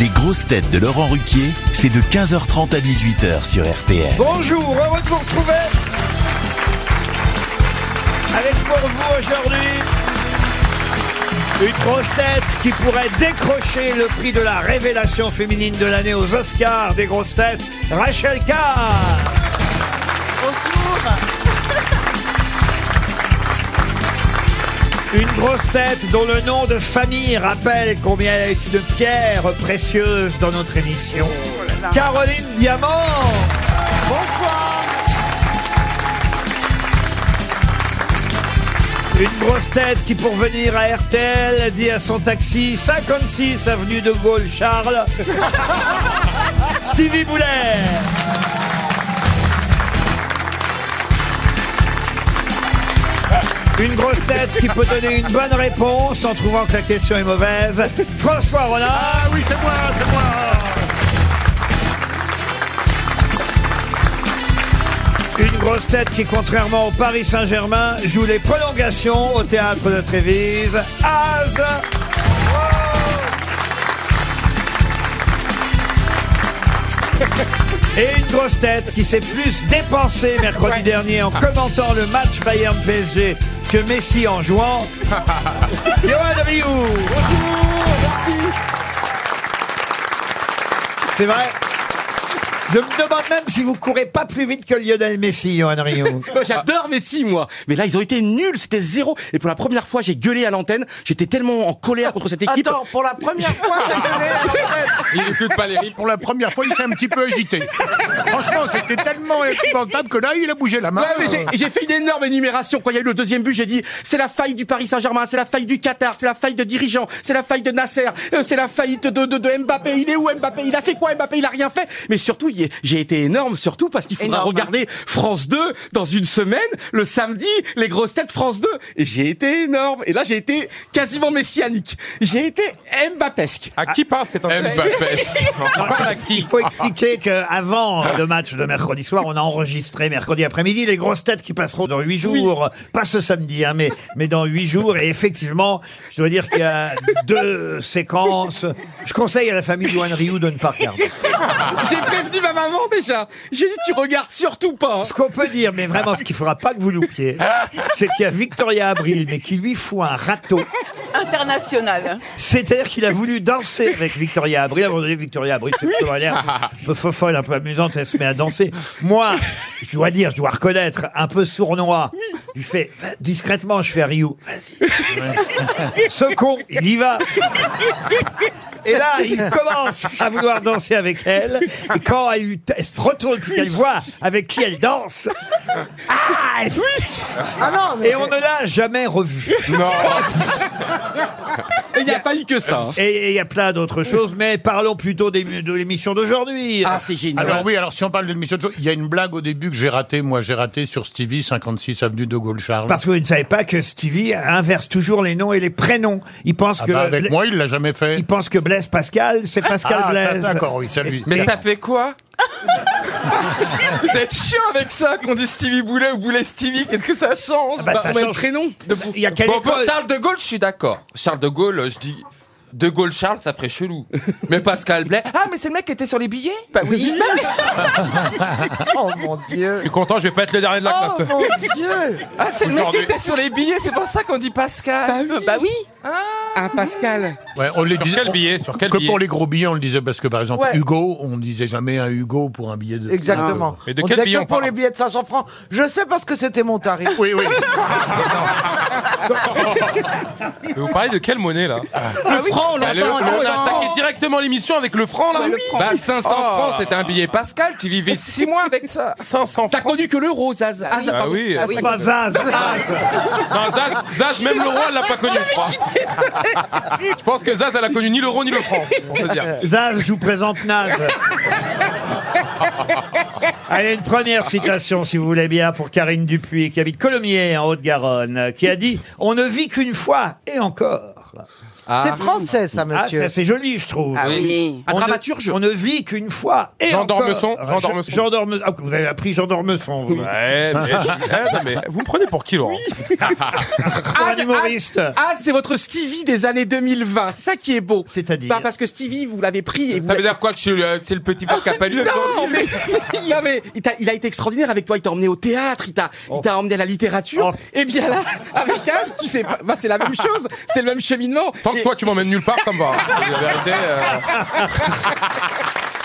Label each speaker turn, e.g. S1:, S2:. S1: Les grosses têtes de Laurent Ruquier, c'est de 15h30 à 18h sur RTL.
S2: Bonjour, heureux de vous retrouver avec pour vous aujourd'hui une grosse tête qui pourrait décrocher le prix de la révélation féminine de l'année aux Oscars des grosses têtes, Rachel Carr. Une grosse tête dont le nom de famille rappelle combien elle est une pierre précieuse dans notre émission. Caroline Diamant. Bonsoir. Une grosse tête qui, pour venir à RTL, dit à son taxi 56 avenue de Gaulle Charles. Stevie Boulet. Une grosse tête qui peut donner une bonne réponse en trouvant que la question est mauvaise. François Rollard.
S3: Ah oui, c'est moi, c'est moi.
S2: Une grosse tête qui, contrairement au Paris Saint-Germain, joue les prolongations au théâtre de Trévise. Az Et une grosse tête qui s'est plus dépensée mercredi dernier en commentant le match Bayern-PSG que Messi en jouant. Johan Rioux. C'est vrai je me demande même si vous courez pas plus vite que Lionel Messi, Johan Rioux.
S4: Moi, Bah, J'adore Messi, moi. Mais là, ils ont été nuls. C'était zéro. Et pour la première fois, j'ai gueulé à l'antenne. J'étais tellement en colère contre cette équipe.
S5: Attends, pour la première fois, t'as gueulé à l'antenne.
S3: Il écoute pas les rimes.
S6: Pour la première fois, il s'est un petit peu agité. Franchement, c'était tellement épouvantable que là, il a bougé la main.
S4: Ouais, mais j'ai- j'ai fait une énorme énumération. Quand il y a eu le deuxième but, j'ai dit c'est la faille du Paris Saint-Germain, c'est la faille du Qatar, c'est la faille de dirigeants, c'est la faille de Nasser, euh, c'est la faillite de, de, de Mbappé. Il est où Mbappé Il a fait quoi Mbappé Il a rien fait. Mais surtout, il y a- j'ai été énorme, surtout parce qu'il faudra
S5: Énorme.
S4: regarder France 2 dans une semaine, le samedi, les grosses têtes France 2. Et j'ai été énorme. Et là, j'ai été quasiment messianique. J'ai été Mbappesque.
S6: À qui parle cet entraîneur
S2: Il faut expliquer qu'avant le match de mercredi soir, on a enregistré mercredi après-midi les grosses têtes qui passeront dans huit jours. Pas ce samedi, hein, mais, mais dans huit jours. Et effectivement, je dois dire qu'il y a deux séquences. Je conseille à la famille Johan Rioux de ne pas regarder.
S4: J'ai prévenu ma maman déjà. J'ai dit tu regardes surtout pas. hein.
S2: Ce qu'on peut dire, mais vraiment ce qu'il faudra pas que vous loupiez, c'est qu'il y a Victoria Abril, mais qui lui fout un râteau.
S7: international.
S2: C'est-à-dire qu'il a voulu danser avec Victoria Abril. À un moment donné, Victoria Abril, c'est plutôt elle a l'air un peu fofolle, un peu amusante, elle se met à danser. Moi, je dois dire, je dois reconnaître, un peu sournois, je fais va- discrètement, je fais à Ryu, vas-y. Ce con, il y va. Et là, il commence à vouloir danser avec elle. Et quand elle, elle se retourne, puis elle voit avec qui elle danse, ah, elle-
S5: Ah non, mais
S2: et on ne l'a jamais revue.
S6: Non,
S4: Et il n'y a pas eu que ça. hein.
S2: Et et il y a plein d'autres choses, mais parlons plutôt des- de l'émission d'aujourd'hui.
S4: Ah, c'est génial.
S6: alors oui, alors si on parle de l'émission, de jour, il y a une blague au début que j'ai ratée, moi j'ai raté sur Stevie, 56 avenue de Gaulle-Charles.
S2: Parce que vous ne savez pas que Stevie inverse toujours les noms et les prénoms. Il pense
S6: Ah
S2: que
S6: bah, avec
S2: Bla-
S6: moi, il l'a jamais fait.
S2: il pense que Blaise Pascal, c'est Pascal
S6: Ah,
S2: Blaise.
S6: d'accord, oui, ça lui.
S3: Mais ça fait quoi Vous êtes chiant avec ça qu'on dit Stevie Boulet ou Boulet Stevie, qu'est-ce que ça change
S2: Bah, ça
S4: Mais
S2: change.
S4: prénom
S2: Il y a quelle
S3: Bon, pour
S2: école
S3: Charles de Gaulle, je suis d'accord. Charles de Gaulle, je dis. De Gaulle Charles, ça ferait chelou. Mais Pascal Blais. Ah, mais c'est le mec qui était sur les billets Bah oui.
S5: oh mon dieu.
S6: suis content, je vais pas être le dernier de la
S5: Oh mon dieu.
S3: Ah, c'est le mec qui était sur les billets, c'est pour ça qu'on dit Pascal. Bah oui.
S4: Pascal.
S6: Ouais, on les disait, on-
S8: Sur
S6: que pour les gros billets, on le disait parce que par exemple
S5: Ouais.
S6: Hugo, on ne disait jamais un Hugo pour un billet de. Ah,
S5: Exactement.
S8: Mais de
S5: on
S8: quel
S5: disait
S8: billet
S5: que
S8: on
S5: pour
S8: parle
S5: les billets de 500 francs. Je sais parce que c'était mon tarif.
S6: Oui, oui.
S8: Mais vous parlez de quelle monnaie là
S4: Le franc,
S8: Ah, le-
S4: l'enfant.
S8: On a attaqué directement l'émission avec le franc là Bah 500
S3: Oh.
S8: francs, c'était un billet pas.
S3: Pascal, tu vivais 6 mois avec ça.
S8: 500
S4: T'as
S8: francs.
S4: connu que l'euro, Zaz. Ah,
S8: Ah oui.
S2: C'est pas Zaz. Ah,
S8: Non, Zaz, Zaz, même le roi l'a pas connu, je crois. Je pense que Zaz, elle a connu ni l'euro ni le franc. pour te dire.
S2: Zaz, je vous présente Naz. Allez, une première citation, si vous voulez bien, pour Karine Dupuis, qui habite Colomiers, en Haute-Garonne, qui a dit « On ne vit qu'une fois, et encore ». Molière.
S5: C'est français, ça,
S2: Ah,
S5: monsieur.
S2: c'est assez joli, je trouve.
S3: Ah oui.
S4: Un
S2: On ne-
S4: dramaturge.
S2: On ne vit qu'une fois. Et
S8: Jean
S2: encore.
S8: d'Ormesson, Jean
S2: Je-
S8: d'Ormesson.
S2: Jean d'Ormesson. Ah, vous avez appris Jean d'Ormesson. vous. hein.
S8: Ouais, mais, eh, non, mais vous me prenez pour qui, Laurent
S2: Pour un humoriste.
S4: Ah, c'est votre Stevie des années 2020. C'est ça qui est beau.
S2: C'est-à-dire
S4: Bah, parce que Stevie, vous l'avez pris et vous
S3: Ça veut dire quoi que je suis
S8: euh,
S3: le- c'est le petit parc à palu
S4: Non, mais il, avait, il, t'a- il a été extraordinaire avec toi. Il t'a emmené au théâtre, il t'a,
S8: Oh.
S4: il t'a emmené à la littérature.
S2: Oh.
S4: Et bien là, avec Az, tu fais, pas- bah, c'est la même chose, c'est le même cheminement.
S8: Tant que
S4: Et-
S8: toi, tu m'emmènes nulle part, ça me va. hein. La vérité, euh,